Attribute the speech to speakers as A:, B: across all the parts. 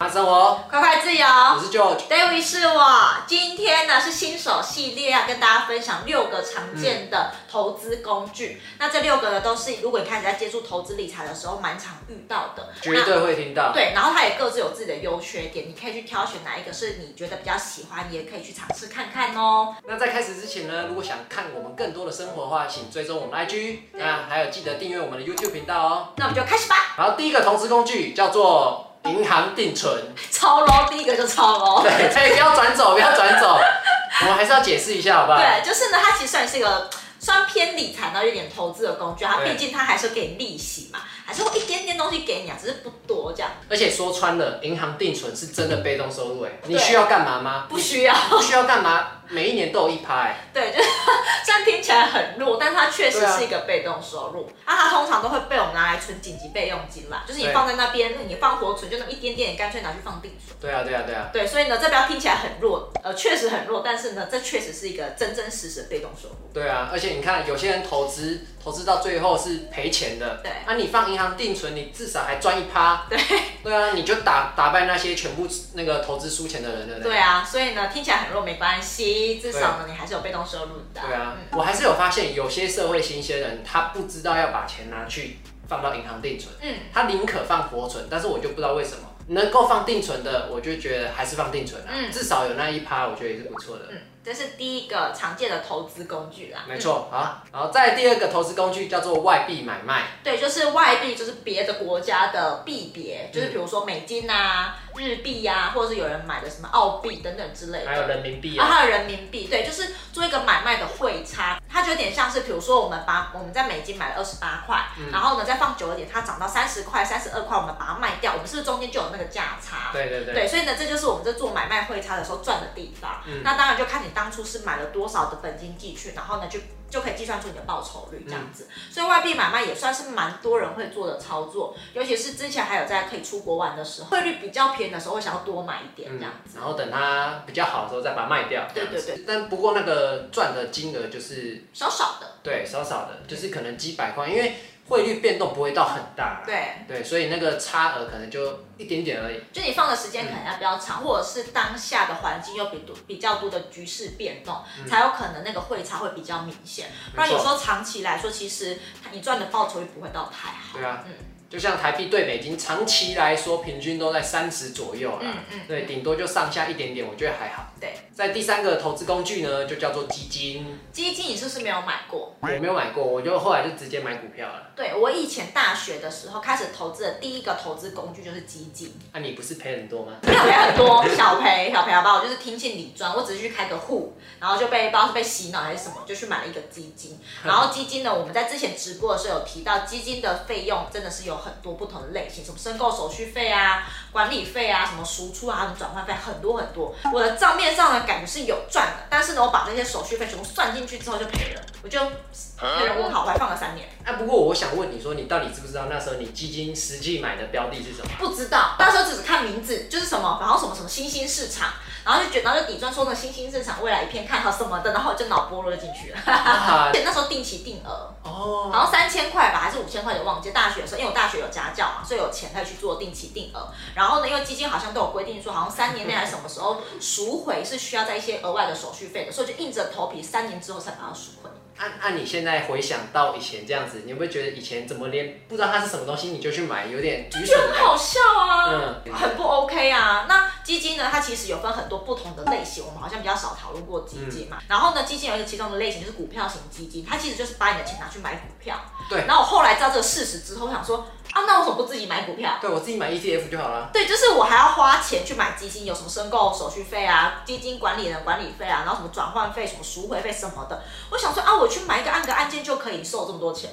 A: 慢生活，
B: 快快自由。
A: 我是 George。
B: David 是我，今天呢是新手系列，要跟大家分享六个常见的投资工具。那这六个呢，都是如果你开始在接触投资理财的时候，蛮常遇到的。
A: 绝对会听到。
B: 那。对，然后它也各自有自己的优缺点，你可以去挑选哪一个是你觉得比较喜欢，你也可以去尝试看看哦。
A: 那在开始之前呢，如果想看我们更多的生活的话，请追踪我们的 IG，那还有记得订阅我们的 YouTube 频道哦。
B: 那我们就开始吧，
A: 然后第一个投资工具叫做银行定存，
B: 超 low，第一个就超 low。
A: 对， 所以不要转走，不要转 走，我们还是要解释一下，好不好？
B: 对，就是呢，它其实算是一个算偏理财，然后有点投资的工具。它
A: 对
B: 毕竟它还是给你利息嘛，还是会一点点东西给你啊，只是不多这样。
A: 而且说穿了，银行定存是真的被动收入哎，你需要干嘛吗？
B: 不需要，
A: 不需要干嘛？每一年都有一趴哎，
B: 对，就是 虽然听起来很弱，但是它确实
A: 对啊
B: 是一个被动收入。那、它通常都会被我们拿来存紧急备用金啦，就是你
A: 对
B: 放在那边，你放活存就那么一点点，你干脆拿去放定存。
A: 对啊对啊对啊，
B: 对，所以呢，这标听起来很弱，呃，确实很弱，但是呢，这确实是一个真真实实的被动收入。
A: 对啊，而且你看有些人投资，投资到最后是赔钱的，
B: 对
A: 那、你放银行定存，你至少还赚一趴，
B: 对，
A: 对啊，你就打打败那些全部那个投资输钱的人了呢。
B: 对啊，所以呢，听起来很弱没关系，至少呢，你还是有被动收入的。
A: 对啊
B: 嗯，
A: 我还是有发现有些社会新鲜人，他不知道要把钱拿去放到银行定存，
B: 嗯，
A: 他宁可放活存，但是我就不知道为什么能够放定存的，我就觉得还是放定存啊，
B: 嗯
A: 至少有那一趴，我觉得也是不错的。
B: 嗯，这是第一个常见的投资工具啦。
A: 没错，好，然后再第二个投资工具叫做外币买卖，
B: 对，就是外币，就是别的国家的币别，就是
A: 嗯
B: 比如说美金啊、日币啊，或者是有人买的什么澳币等等之类
A: 还有
B: 的。
A: 人民币
B: 啊，
A: 啊，
B: 还有人民币，对，就是做一个买卖的汇差，它就有点像是，比如说我们把我们在美金买了二十八块，
A: 嗯
B: 然后呢再放久一点，它涨到三十块、三十二块，我们把它卖掉，我们是不是中间就有那个价差？
A: 对对对。
B: 对，所以呢，这就是我们在做买卖汇差的时候赚的地方。
A: 嗯
B: 那当然就看你当初是买了多少的本金进去，然后呢就就可以计算出你的报酬率这样子。
A: 嗯
B: 所以外币买卖也算是蛮多人会做的操作，尤其是之前还有在可以出国玩的时候，汇率比较便宜的时候，会想要多买一点
A: 嗯
B: 这样子。
A: 然后等它比较好的时候再把它卖掉。
B: 对对
A: 对。但不过那个赚的金额就是
B: 少少的，
A: 对少少的，就是可能几百块，因为汇率变动不会到很大。。
B: 对，
A: 对，所以那个差额可能就一点点而已。
B: 就你放的时间
A: 嗯
B: 可能要比较长，或者是当下的环境又比多比较多的局势变动，才有可能那个汇差会比较明显。不然
A: 嗯没错
B: 有时候长期来说，其实你赚的报酬率不会到太好。
A: 对啊，
B: 嗯
A: 就像台币对美金，长期来说平均都在三十左右啦。
B: 嗯嗯
A: 对，顶多就上下一点点，我觉得还好。
B: 对。
A: 在第三个投资工具呢，就叫做基金。
B: 基金你是不是没有买过？
A: 我没有买过，我就后来就直接买股票了。
B: 对我以前大学的时候开始投资的第一个投资工具就是基金，
A: 那、啊你不是赔很多吗？
B: 没有赔很多，小赔小赔好不好？我就是听信理专，我只是去开个户，然后就被不知道是被洗脑还是什么，就去买了一个基金。然后基金呢，我们在之前直播的时候有提到，基金的费用真的是有很多不同的类型，什么申购手续费啊、管理费啊、什么赎出啊、什么转换费，很多很多。我的账面上呢，感觉是有赚的，但是呢，我把这些手续费全部算进去之后就赔了，我就那个问号，我还放了三年。
A: 啊，不过我想问你说，你到底知不知道那时候你基金实际买的标的是 什么？
B: 不知道，到时候只是看名字，就是什么，然后什么什么新兴市场，然后就觉得，然后就底专说的新兴市场未来一片看好什么的，然后我就脑波落进去了。
A: 啊
B: 而且那时候定期定额，
A: 哦，
B: 好像三千块吧，还是五千块，就忘记。大学的时候，因为我大学有家教嘛，所以有钱可以去做定期定额。然后呢，因为基金好像都有规定说，好像三年内还是什么时候赎回是需要在一些额外的手续费的，所以就硬着头皮三年之后才把它赎回。
A: 按按啊你现在回想到以前这样子，你会不会觉得以前怎么连不知道它是什么东西你就去买，有点愚蠢
B: 就
A: 的
B: 很
A: 感觉？
B: 好笑啊，
A: 嗯
B: 很不 OK 啊。那基金呢？呢，它其实有分很多不同的类型，我们好像比较少讨论过基金
A: 嗯
B: 嘛。然后呢，基金有一个其中的类型就是股票型基金，它其实就是把你的钱拿去买股票。
A: 对
B: 然后我后来知道这个事实之后，我想说啊，那为什么不自己买股票？
A: 对我自己买 ETF 就好 了。
B: 对，就是我还要花钱去买基金，有什么申购手续费啊、基金管理人管理费啊，然后什么转换费、什么赎回费什么的。我想说啊，我去买一个按个按键就可以收这么多钱，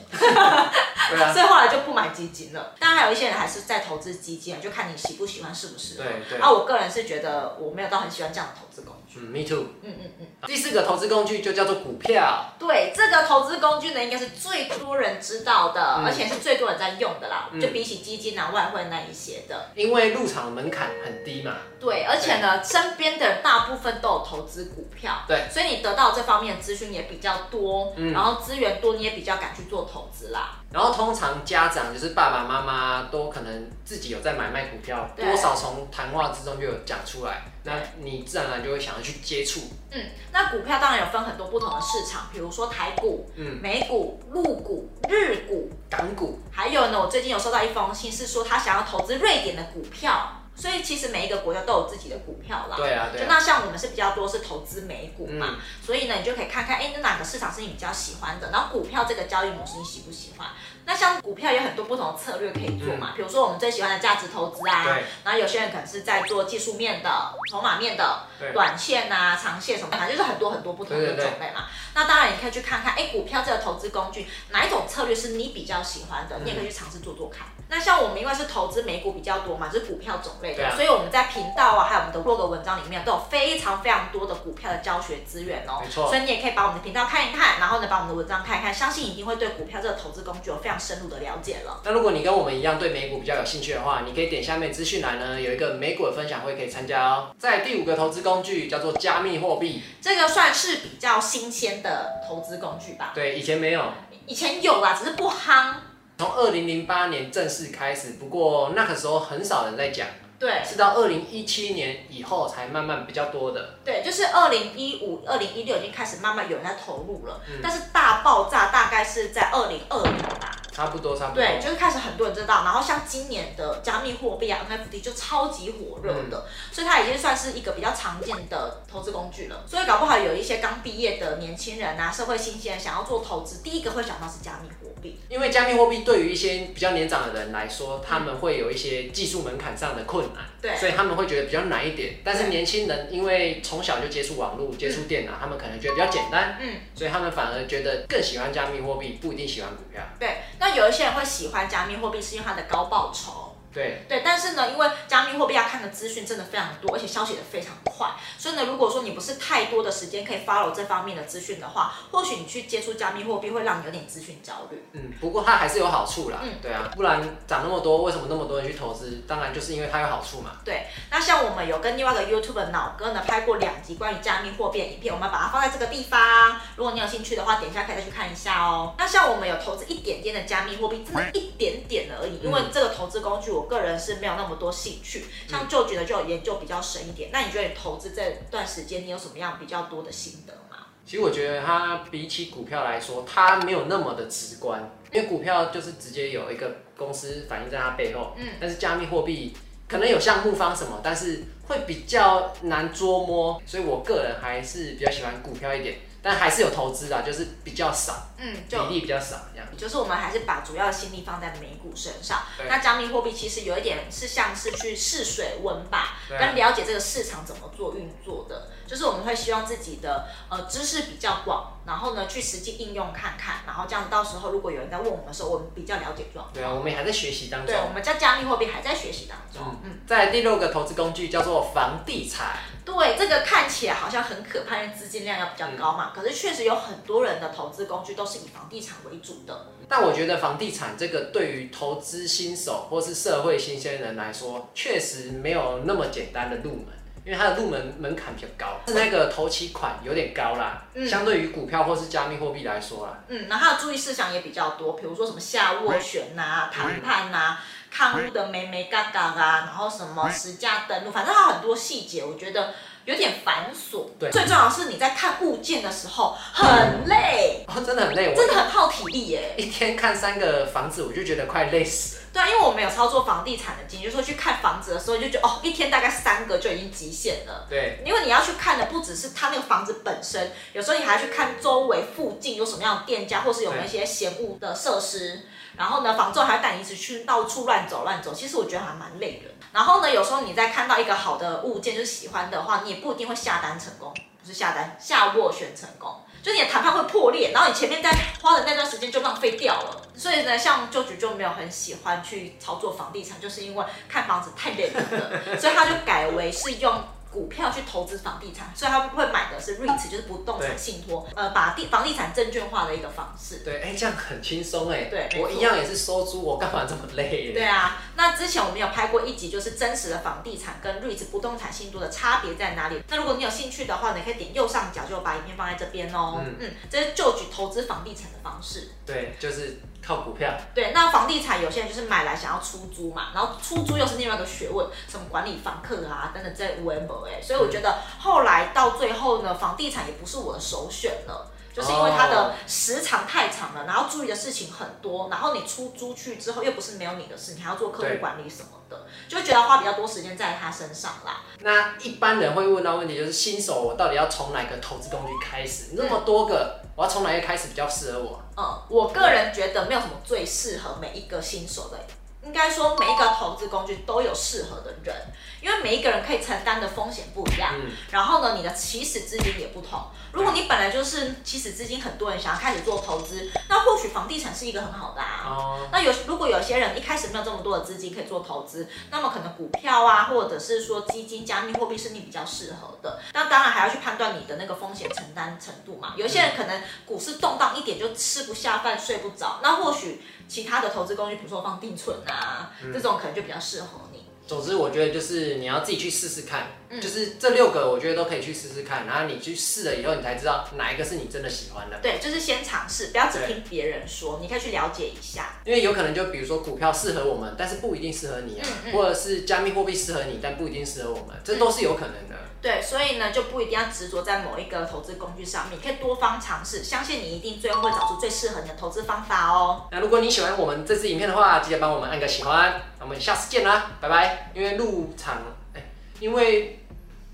A: 对啊
B: 所，以后来就不买基金了。当然还有一些人还是在投资基金啊，就看你喜不喜欢，适不适合。
A: 对对
B: 啊，我个人是觉得我没有到很喜欢这样的投资工具。
A: 嗯，Me too。
B: 嗯嗯嗯，
A: 第四个投资工具就叫做股票，
B: 对，这个投资工具呢，应该是最多人知道的，
A: 嗯
B: 而且是最多人在用的啦。
A: 嗯
B: 就比起基金啊、外汇那一些的，
A: 因为入场门槛很低嘛。
B: 对，而且呢，身边的人大部分都有投资股票，
A: 对
B: 所以你得到这方面的资讯也比较多，
A: 嗯
B: 然后资源多，你也比较敢去做投资啦。
A: 然后通常家长就是爸爸妈妈都可能自己有在买卖股票，
B: 对
A: 多少从谈话之中就有讲出来，那你自然而然就会想要去接触。
B: 嗯，那股票当然有分很多不同的市场，比如说台股、
A: 嗯，
B: 美股、陆股、日股，
A: 港股
B: 还有呢，我最近有收到一封信，是说他想要投资瑞典的股票，所以其实每一个国家都有自己的股票啦。
A: 对啊对啊
B: 就那像我们是比较多是投资美股嘛，
A: 嗯
B: 所以呢，你就可以看看，哎、那哪个市场是你比较喜欢的，然后股票这个交易模式你喜不喜欢？那像股票有很多不同的策略可以做嘛，比如说我们最喜欢的价值投资啊
A: 嗯对，
B: 然后有些人可能是在做技术面的、筹码面的
A: 对、
B: 短线啊、长线什么，反正就是很多很多不同的
A: 对
B: 种
A: 对对
B: 类嘛。那当然，你可以去看看，哎，股票这个投资工具哪一种策略是你比较喜欢的，你也可以去尝试做做看。嗯那像我们因为是投资美股比较多嘛，就是股票种类的，
A: 对啊
B: 嗯所以我们在频道啊，还有我们的 blog 文章里面都有非常非常多的股票的教学资源哦。
A: 没错
B: 所以你也可以把我们的频道看一看，然后呢，把我们的文章看一看，相信一定会对股票这个投资工具有非常深入的了解了。
A: 那如果你跟我们一样对美股比较有兴趣的话，你可以点下面资讯栏呢有一个美股的分享会可以参加哦。在第五个投资工具叫做加密货币，
B: 这个算是比较新鲜的投资工具吧，
A: 对，以前没有，
B: 以前有啦，只是不夯。
A: 从二零零八年正式开始，不过那个时候很少人在讲，
B: 对
A: 是到二零一七年以后才慢慢比较多的。
B: 对，就是二零一五、二零一六已经开始慢慢有人在投入了，但是大爆炸大概是在二零二零吧。
A: 差不多，差不多。
B: 对，就是开始很多人知道，然后像今年的加密货币啊、NFT 就超级火热的，所以它已经算是一个比较常见的投资工具了。所以搞不好有一些刚毕业的年轻人啊，社会新鲜人想要做投资，第一个会想到是加密货币。
A: 因为加密货币对于一些比较年长的人来说，他们会有一些技术门槛上的困难，
B: 对
A: 所以他们会觉得比较难一点。但是
B: 对
A: 年轻人因为从小就接触网络、接触电脑，他们可能觉得比较简单，
B: 嗯，
A: 所以他们反而觉得更喜欢加密货币，不一定喜欢股票。
B: 对，那有一些人会喜欢加密货币，是因为它的高报酬。
A: 对，
B: 对，但是呢，因为加密货币要看的资讯真的非常多，而且消息也非常快，所以呢，如果说你不是太多的时间可以 follow 这方面的资讯的话，或许你去接触加密货币会让你有点资讯焦虑。
A: 嗯，不过它还是有好处啦，
B: 嗯
A: 对啊，不然涨那么多，为什么那么多人去投资？当然就是因为它有好处嘛。
B: 对，那像我们有跟另外一个 YouTube 的脑哥呢拍过两集关于加密货币的影片，我们把它放在这个地方，如果你有兴趣的话，点一下可以再去看一下哦。那像我们有投资一点点的加密货币，真的一点点而已，因为这个投资工具我个人是没有那么多兴趣，像就觉得就有研究比较深一点。那你觉得你投资这段时间你有什么样比较多的心得吗？
A: 其实我觉得它比起股票来说，它没有那么的直观，因为股票就是直接有一个公司反映在它背后，
B: 嗯
A: 但是加密货币可能有项目方什么，但是会比较难捉摸，所以我个人还是比较喜欢股票一点，但还是有投资啦，就是比较少，
B: 嗯，
A: 比
B: 就
A: 例比较少这样。
B: 就是我们还是把主要的心力放在美股身上
A: 对。
B: 那加密货币其实有一点是像是去试水温吧，
A: 对啊
B: 跟了解这个市场怎么做运作的。就是我们会希望自己的呃知识比较广，然后呢去实际应用看看，然后这样子到时候如果有人在问我们的时候，我们比较了解状况。
A: 对啊，我们也还在学习当中
B: 对，。啊我们在加密货币还在学习当中。嗯
A: 嗯，在第六个投资工具叫做房地产，
B: 对，这个看起来好像很可怕，因为资金量要比较高
A: 嗯
B: 嘛。可是确实有很多人的投资工具都是以房地产为主的。
A: 但我觉得房地产这个对于投资新手或是社会新鲜人来说，确实没有那么简单的入门，因为它的入门门槛比较高，是那个头期款有点高啦，
B: 嗯
A: 相对于股票或是加密货币来说啦。
B: 啊嗯，然后它的注意事项也比较多，比如说什么下斡旋呐、谈判呐、看屋的眉眉嘎嘎啊，然后什么实价登录，反正它很多细节，我觉得有点繁琐。
A: 对
B: 最重要的是你在看物件的时候很累，
A: 哦，真的很累，我
B: 真的很耗体力耶、
A: 一天看三个房子，我就觉得快累死了。
B: 对啊，因为我没有操作房地产的经验，就是说去看房子的时候，你就觉得哦，一天大概三个就已经极限了。
A: 对，
B: 因为你要去看的不只是它那个房子本身，有时候你还要去看周围附近有什么样的店家，或是有没有一些嫌恶的设施。然后呢，房仲还会带你一起去到处乱走乱走，其实我觉得还蛮累人。然后呢，有时候你在看到一个好的物件，就是喜欢的话，你也不一定会下单成功，不是下单下斡旋成功，就你的谈判会破裂，然后你前面在花的那段时间就浪费掉了。所以呢，像旧局就没有很喜欢去操作房地产，就是因为看房子太累人了，所以他就改为是用。股票去投资房地产，所以他会买的是 REITs，就是不动产
A: 对
B: 信托，呃，把地房地产证券化的一个方式。
A: 对，哎，这样很轻松哎。
B: 对没
A: 我
B: 错
A: 一样也是收租，我干嘛这么累？
B: 对，啊，那之前我们有拍过一集，就是真实的房地产跟 REITs 不动产信托的差别在哪里。那如果你有兴趣的话，你可以点右上角，就有把影片放在这边哦。
A: 嗯
B: 嗯这是就举投资房地产的方式。
A: 对，就是靠股票。
B: 对，那房地产有些人就是买来想要出租嘛，然后出租又是另外一个学问，什么管理房客啊等等这无为谋哎，所以我
A: 嗯
B: 觉得后来到最后呢，房地产也不是我的首选了。就是因为它
A: 哦
B: 的时长太长了，然后注意的事情很多，然后你出租去之后又不是没有你的事，你还要做客户
A: 对
B: 管理什么的，就会觉得花比较多时间在他身上啦。
A: 那一般人会问到问题就是，新手我到底要从哪个投资工具开始？那么多个，我要从哪个开始比较适合我？
B: 嗯，我个人觉得没有什么最适合每一个新手的，应该说每一个投资工具都有适合的人，因为每一个人可以承担的风险不一样，
A: 嗯
B: 然后呢，你的起始资金也不同。如果你本来就是起始资金，很多人想要开始做投资，那或许房地产是一个很好的啊。
A: 哦，
B: 那有如果有些人一开始没有这么多的资金可以做投资，那么可能股票啊，或者是说基金、加密货币是你比较适合的。那当然还要去判断你的那个风险承担程度嘛。有些人可能股市动荡一点就吃不下饭、睡不着，那或许其他的投资工具，比如说放定存啊，这种可能就比较适合你。
A: 总之我觉得就是你要自己去试试看，
B: 嗯
A: 就是这六个我觉得都可以去试试看，然后你去试了以后，你才知道哪一个是你真的喜欢的。
B: 对，就是先尝试，不要只
A: 对
B: 听别人说，你可以去了解一下。
A: 因为有可能就比如说股票适合我们，但是不一定适合你啊，
B: 嗯嗯嗯
A: 或者是加密货币适合你，但不一定适合我们，这都是有可能的。
B: 对，所以呢，就不一定要执着在某一个投资工具上面，你可以多方尝试，相信你一定最后会找出最适合你的投资方法哦。
A: 那如果你喜欢我们这支影片的话，记得帮我们按个喜欢。那我们下次见啦，拜拜。因为入场，哎、因为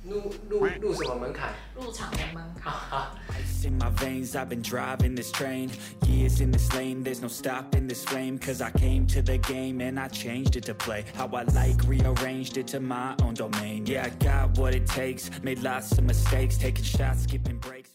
A: 入入入什么门槛
B: 入场的门槛。
A: 啊？好。
C: Ice in my veins, I've been driving this train. Years in this lane, there's no stopping this flame. Cause I came to the game and I changed it to play. How I like, rearranged it to my own domain. Yeah, I got what it takes, made lots of mistakes, taking shots, skipping breaks.